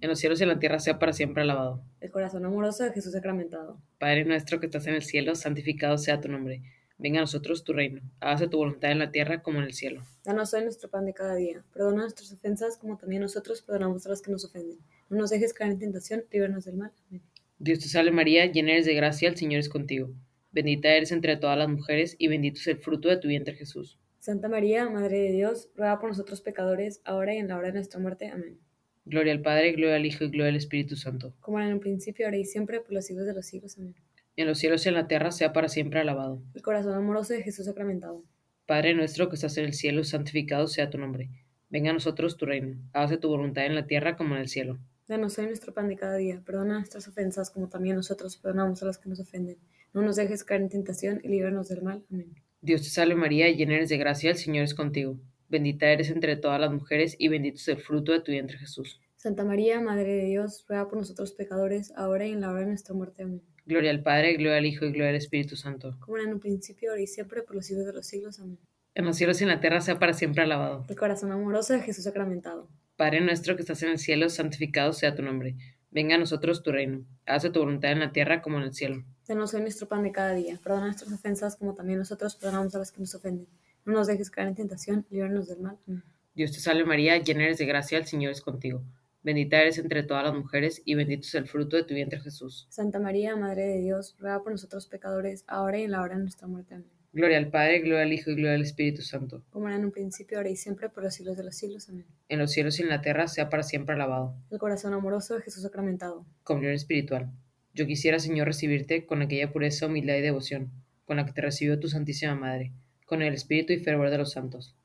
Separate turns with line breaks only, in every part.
en los cielos y en la tierra sea para siempre alabado.
El corazón amoroso de Jesús sacramentado.
Padre nuestro que estás en el cielo, santificado sea tu nombre. Venga a nosotros tu reino. Hágase tu voluntad en la tierra como en el cielo.
Danos hoy nuestro pan de cada día. Perdona nuestras ofensas como también nosotros perdonamos a los que nos ofenden. No nos dejes caer en tentación, líbranos del mal. Amén.
Dios te salve María, llena eres de gracia, el Señor es contigo. Bendita eres entre todas las mujeres y bendito es el fruto de tu vientre Jesús.
Santa María, Madre de Dios, ruega por nosotros pecadores, ahora y en la hora de nuestra muerte. Amén.
Gloria al Padre, gloria al Hijo y gloria al Espíritu Santo.
Como era en el principio, ahora y siempre, por los siglos de los siglos. Amén.
En los cielos y en la tierra sea para siempre alabado.
El corazón amoroso de Jesús sacramentado.
Padre nuestro que estás en el cielo, santificado sea tu nombre. Venga a nosotros tu reino. Hágase tu voluntad en la tierra como en el cielo.
Danos hoy nuestro pan de cada día. Perdona nuestras ofensas como también nosotros perdonamos a los que nos ofenden. No nos dejes caer en tentación y líbranos del mal. Amén.
Dios te salve María, llena eres de gracia, el Señor es contigo. Bendita eres entre todas las mujeres y bendito es el fruto de tu vientre Jesús.
Santa María, Madre de Dios, ruega por nosotros pecadores, ahora y en la hora de nuestra muerte. Amén.
Gloria al Padre, gloria al Hijo y gloria al Espíritu Santo.
Como era en un principio, ahora y siempre, por los siglos de los siglos. Amén.
En los cielos y en la tierra sea para siempre alabado.
El corazón amoroso de Jesús sacramentado.
Padre nuestro que estás en el cielo, santificado sea tu nombre. Venga a nosotros tu reino. Hágase tu voluntad en la tierra como en el cielo.
Danos hoy nuestro pan de cada día. Perdona nuestras ofensas como también nosotros perdonamos a los que nos ofenden. No nos dejes caer en tentación, líbranos del mal. Amén.
Dios te salve María, llena eres de gracia, el Señor es contigo. Bendita eres entre todas las mujeres y bendito es el fruto de tu vientre Jesús.
Santa María, Madre de Dios, ruega por nosotros pecadores, ahora y en la hora de nuestra muerte. Amén.
Gloria al Padre, gloria al Hijo y gloria al Espíritu Santo.
Como era en un principio, ahora y siempre, por los siglos de los siglos. Amén.
En los cielos y en la tierra sea para siempre alabado.
El corazón amoroso de Jesús sacramentado.
Comunión espiritual. Yo quisiera, Señor, recibirte con aquella pureza, humildad y devoción, con la que te recibió tu Santísima Madre, con el Espíritu y fervor de los santos.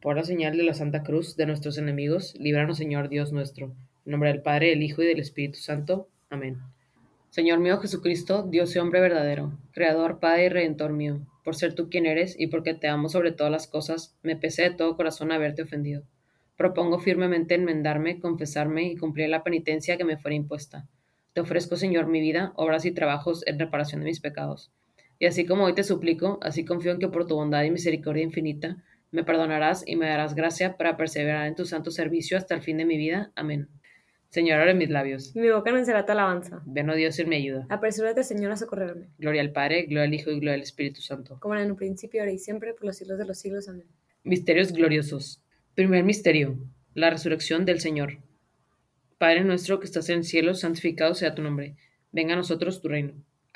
Por la señal de la Santa Cruz de nuestros enemigos, líbranos, Señor Dios nuestro. En nombre del Padre, del Hijo y del Espíritu Santo. Amén. Señor mío Jesucristo, Dios y hombre verdadero, Creador, Padre y Redentor mío, por ser tú quien eres y porque te amo sobre todas las cosas, me pesé de todo corazón haberte ofendido. Propongo firmemente enmendarme, confesarme y cumplir la penitencia que me fuera impuesta. Te ofrezco, Señor, mi vida, obras y trabajos en reparación de mis pecados. Y así como hoy te suplico, así confío en que por tu bondad y misericordia infinita, me perdonarás y me darás gracia para perseverar en tu santo servicio hasta el fin de mi vida. Amén. Señor, abre mis labios.
Y mi boca anunciará tu alabanza.
Ven, oh Dios, en mi ayuda.
Apresúrate, Señor, a socorrerme.
Gloria al Padre, gloria al Hijo y gloria al Espíritu Santo.
Como era en un principio, ahora y siempre, por los siglos de los siglos. Amén.
Misterios gloriosos. Primer misterio. La resurrección del Señor. Padre nuestro que estás en el cielo, santificado sea tu nombre. Venga a nosotros tu reino.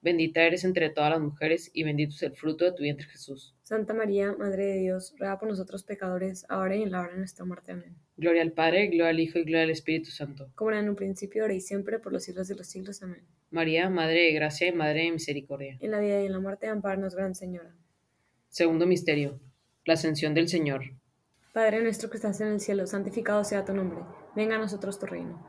Bendita eres entre todas las mujeres y bendito es el fruto de tu vientre Jesús.
Santa María, Madre de Dios, ruega por nosotros pecadores, ahora y en la hora de nuestra muerte. Amén.
Gloria al Padre, gloria al Hijo y gloria al Espíritu Santo.
Como era en un principio, ahora y siempre, por los siglos de los siglos. Amén.
María, Madre de Gracia y Madre de Misericordia.
En la vida y en la muerte, amparanos, Gran Señora.
Segundo misterio. La ascensión del Señor.
Padre nuestro que estás en el cielo, santificado sea tu nombre. Venga a nosotros tu reino.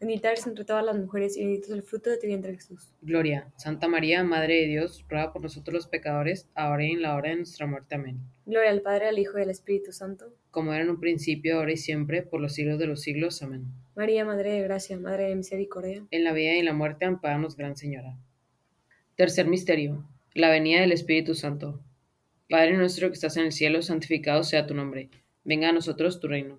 Bendita eres entre todas las mujeres y bendito es el fruto de tu vientre Jesús.
Gloria, Santa María, Madre de Dios, ruega por nosotros los pecadores, ahora y en la hora de nuestra muerte. Amén.
Gloria al Padre, al Hijo y al Espíritu Santo.
Como era en un principio, ahora y siempre, por los siglos de los siglos. Amén.
María, Madre de Gracia, Madre de Misericordia.
En la vida y en la muerte, amparanos, Gran Señora. Tercer misterio, la venida del Espíritu Santo. Padre nuestro que estás en el cielo, santificado sea tu nombre. Venga a nosotros tu reino.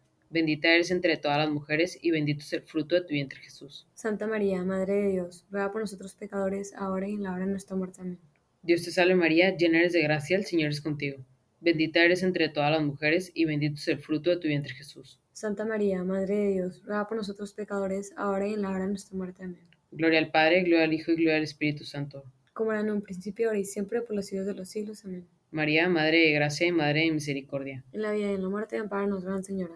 Bendita eres entre todas las mujeres y bendito es el fruto de tu vientre Jesús.
Santa María, Madre de Dios, ruega por nosotros pecadores, ahora y en la hora de nuestra muerte. Amén.
Dios te salve María, llena eres de gracia, el Señor es contigo. Bendita eres entre todas las mujeres y bendito es el fruto de tu vientre Jesús.
Santa María, Madre de Dios, ruega por nosotros pecadores, ahora y en la hora de nuestra muerte. Amén.
Gloria al Padre, gloria al Hijo y gloria al Espíritu Santo.
Como era en un principio, ahora y siempre, por los siglos de los siglos. Amén.
María, Madre de Gracia y Madre de Misericordia.
En la vida y en la muerte, amparanos, Gran Señora.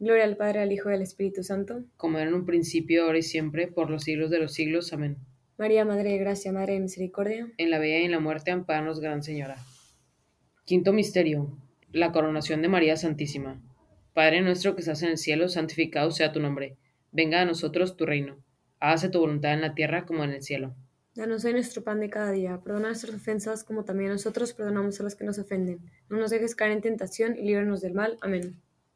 Gloria al Padre, al Hijo y al Espíritu Santo.
Como era en un principio, ahora y siempre, por los siglos de los siglos. Amén.
María, Madre de Gracia, Madre de Misericordia.
En la vida y en la muerte, amparanos, Gran Señora. Quinto misterio, la coronación de María Santísima. Padre nuestro que estás en el cielo, santificado sea tu nombre. Venga a nosotros tu reino. Hágase tu voluntad en la tierra como en el cielo.
Danos hoy nuestro pan de cada día. Perdona nuestras ofensas como también nosotros perdonamos a los que nos ofenden. No nos dejes caer en tentación y líbranos del mal. Amén.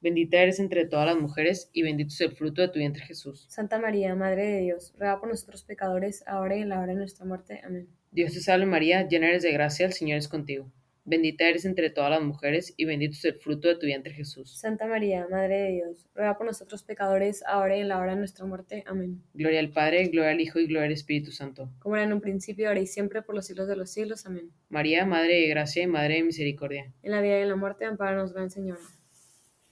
Bendita eres entre todas las mujeres y bendito es el fruto de tu vientre Jesús.
Santa María, Madre de Dios, ruega por nosotros pecadores, ahora y en la hora de nuestra muerte. Amén.
Dios te salve María, llena eres de gracia, el Señor es contigo. Bendita eres entre todas las mujeres y bendito es el fruto de tu vientre Jesús.
Santa María, Madre de Dios, ruega por nosotros pecadores, ahora y en la hora de nuestra muerte. Amén.
Gloria al Padre, gloria al Hijo y gloria al Espíritu Santo.
Como era en un principio, ahora y siempre, por los siglos de los siglos. Amén.
María, Madre de Gracia y Madre de Misericordia.
En la vida y en la muerte, amparanos, Gran Señora.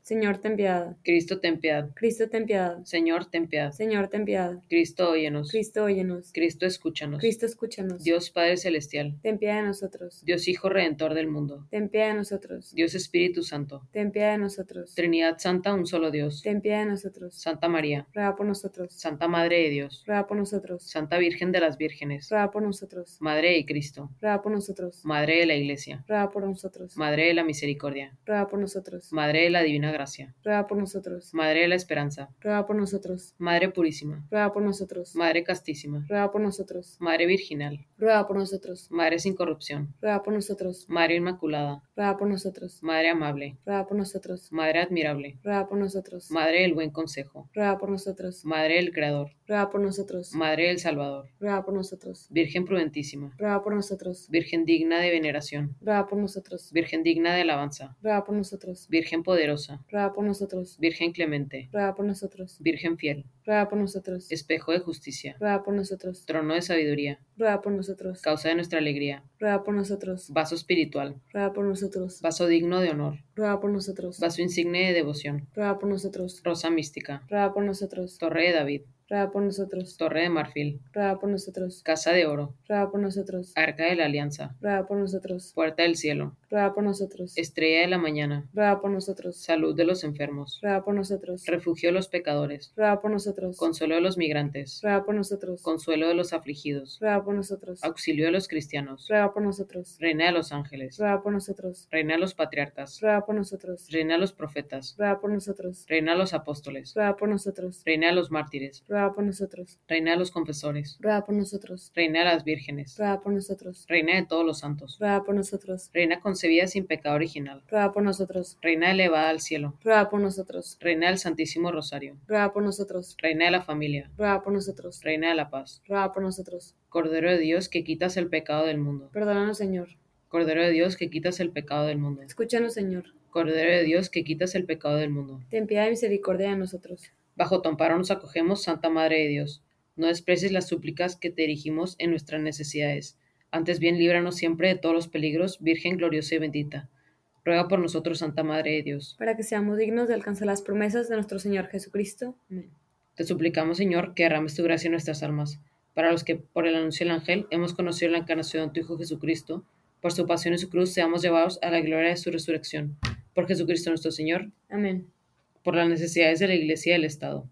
Señor, ten piedad.
Cristo, ten piedad.
Cristo, ten piedad.
Señor, ten piedad.
Señor, ten piedad.
Cristo, óyenos.
Cristo, óyenos.
Cristo, escúchanos.
Cristo, escúchanos.
Dios Padre Celestial.
Ten piedad de nosotros.
Dios Hijo Redentor del mundo.
Ten piedad de nosotros.
Dios Espíritu Santo.
Ten piedad de nosotros.
Trinidad Santa, un solo Dios.
Ten piedad de nosotros.
Santa María.
Ruega por nosotros.
Santa Madre de Dios.
Ruega por nosotros.
Santa Virgen de las Vírgenes.
Ruega por nosotros.
Madre de Cristo.
Ruega por nosotros.
Madre de la Iglesia.
Ruega por nosotros.
Madre de la Misericordia.
Ruega por nosotros.
Madre de la Divina Gracia.
Ruega por nosotros.
Madre de la Esperanza.
Ruega por nosotros.
Madre Purísima.
Ruega por nosotros.
Madre Castísima.
Ruega por nosotros.
Madre Virginal.
Ruega por nosotros.
Madre sin corrupción.
Ruega por nosotros.
Madre Inmaculada.
Ruega por nosotros.
Madre amable.
Ruega por nosotros.
Madre admirable.
Ruega por nosotros.
Madre del buen consejo.
Ruega por nosotros.
Madre del Creador.
Ruega por nosotros.
Madre del Salvador.
Ruega por nosotros.
Virgen prudentísima.
Ruega por nosotros.
Virgen digna de veneración.
Ruega por nosotros.
Virgen digna de alabanza.
Ruega por nosotros.
Virgen poderosa.
Ruega por nosotros.
Virgen clemente.
Ruega por nosotros.
Virgen fiel.
Ruega por nosotros.
Espejo de justicia.
Ruega por nosotros.
Trono de sabiduría.
Ruega por nosotros.
Causa de nuestra alegría.
Ruega por nosotros.
Vaso espiritual.
Ruega por nosotros.
Vaso digno de honor.
Ruega por nosotros.
Vaso insigne de devoción.
Ruega por nosotros.
Rosa mística.
Ruega por nosotros.
Torre de David.
Ruega por nosotros.
Torre de marfil.
Ruega por nosotros.
Casa de oro.
Ruega por nosotros.
Arca de la alianza.
Ruega por nosotros.
Puerta del cielo.
Ruega por nosotros.
Estrella de la mañana.
Ruega por nosotros.
Salud de los enfermos.
Ruega por nosotros.
Refugio de los pecadores.
Ruega por nosotros.
Consuelo de los migrantes.
Ruega por nosotros.
Consuelo de los afligidos.
Ruega por nosotros.
Auxilio de los cristianos.
Ruega por nosotros.
Reina de los ángeles.
Ruega por nosotros.
Reina de los patriarcas.
Ruega por nosotros.
Reina de los profetas.
Ruega por nosotros.
Reina de los apóstoles.
Ruega por nosotros.
Reina de los mártires.
Ruega por nosotros.
Reina de los confesores.
Ruega por nosotros.
Reina de las vírgenes.
Ruega por nosotros.
Reina de todos los santos.
Ruega por nosotros.
Reina concebida sin pecado original.
Ruega por nosotros.
Reina elevada al cielo.
Ruega por nosotros.
Reina del Santísimo Rosario.
Ruega por nosotros.
Reina de la familia.
Ruega por nosotros.
Reina de la paz.
Ruega por nosotros.
Cordero de Dios que quitas el pecado del mundo.
Perdónanos, Señor.
Cordero de Dios que quitas el pecado del mundo.
Escúchanos, Señor.
Cordero de Dios que quitas el pecado del mundo.
Ten piedad y misericordia de nosotros.
Bajo tu amparo nos acogemos, Santa Madre de Dios. No desprecies las súplicas que te dirigimos en nuestras necesidades. Antes bien, líbranos siempre de todos los peligros, Virgen gloriosa y bendita. Ruega por nosotros, Santa Madre de Dios.
Para que seamos dignos de alcanzar las promesas de nuestro Señor Jesucristo. Amén.
Te suplicamos, Señor, que derrames tu gracia en nuestras almas. Para los que, por el anuncio del ángel, hemos conocido la encarnación de tu Hijo Jesucristo, por su pasión y su cruz seamos llevados a la gloria de su resurrección. Por Jesucristo nuestro Señor,
Amén.
por las necesidades de la Iglesia y del Estado.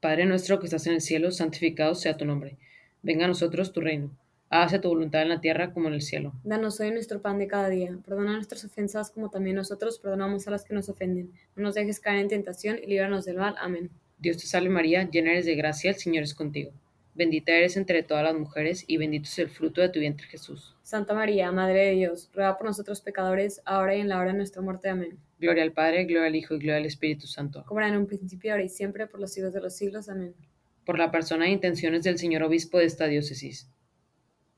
Padre nuestro que estás en el cielo, santificado sea tu nombre. Venga a nosotros tu reino. Hágase tu voluntad en la tierra como en el cielo.
Danos hoy nuestro pan de cada día. Perdona nuestras ofensas como también nosotros perdonamos a las que nos ofenden. No nos dejes caer en tentación y líbranos del mal. Amén.
Dios te salve María, llena eres de gracia, el Señor es contigo. Bendita eres entre todas las mujeres y bendito es el fruto de tu vientre Jesús.
Santa María, Madre de Dios, ruega por nosotros pecadores, ahora y en la hora de nuestra muerte. Amén.
Gloria al Padre, gloria al Hijo y gloria al Espíritu Santo.
Como era en un principio, ahora y siempre, por los siglos de los siglos. Amén.
Por la persona e intenciones del Señor Obispo de esta diócesis.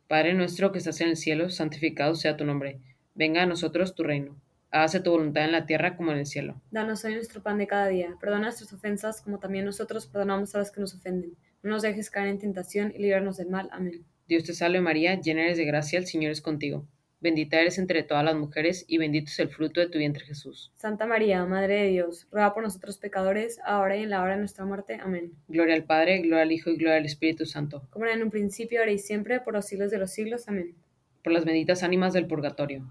Padre nuestro que estás en el cielo, santificado sea tu nombre. Venga a nosotros tu reino. Hágase tu voluntad en la tierra como en el cielo.
Danos hoy nuestro pan de cada día. Perdona nuestras ofensas como también nosotros perdonamos a los que nos ofenden. No nos dejes caer en tentación y líbranos del mal. Amén.
Dios te salve María, llena eres de gracia, el Señor es contigo. Bendita eres entre todas las mujeres y bendito es el fruto de tu vientre Jesús.
Santa María, Madre de Dios, ruega por nosotros pecadores, ahora y en la hora de nuestra muerte. Amén.
Gloria al Padre, gloria al Hijo y gloria al Espíritu Santo.
Como era en un principio, ahora y siempre, por los siglos de los siglos. Amén.
Por las benditas ánimas del purgatorio.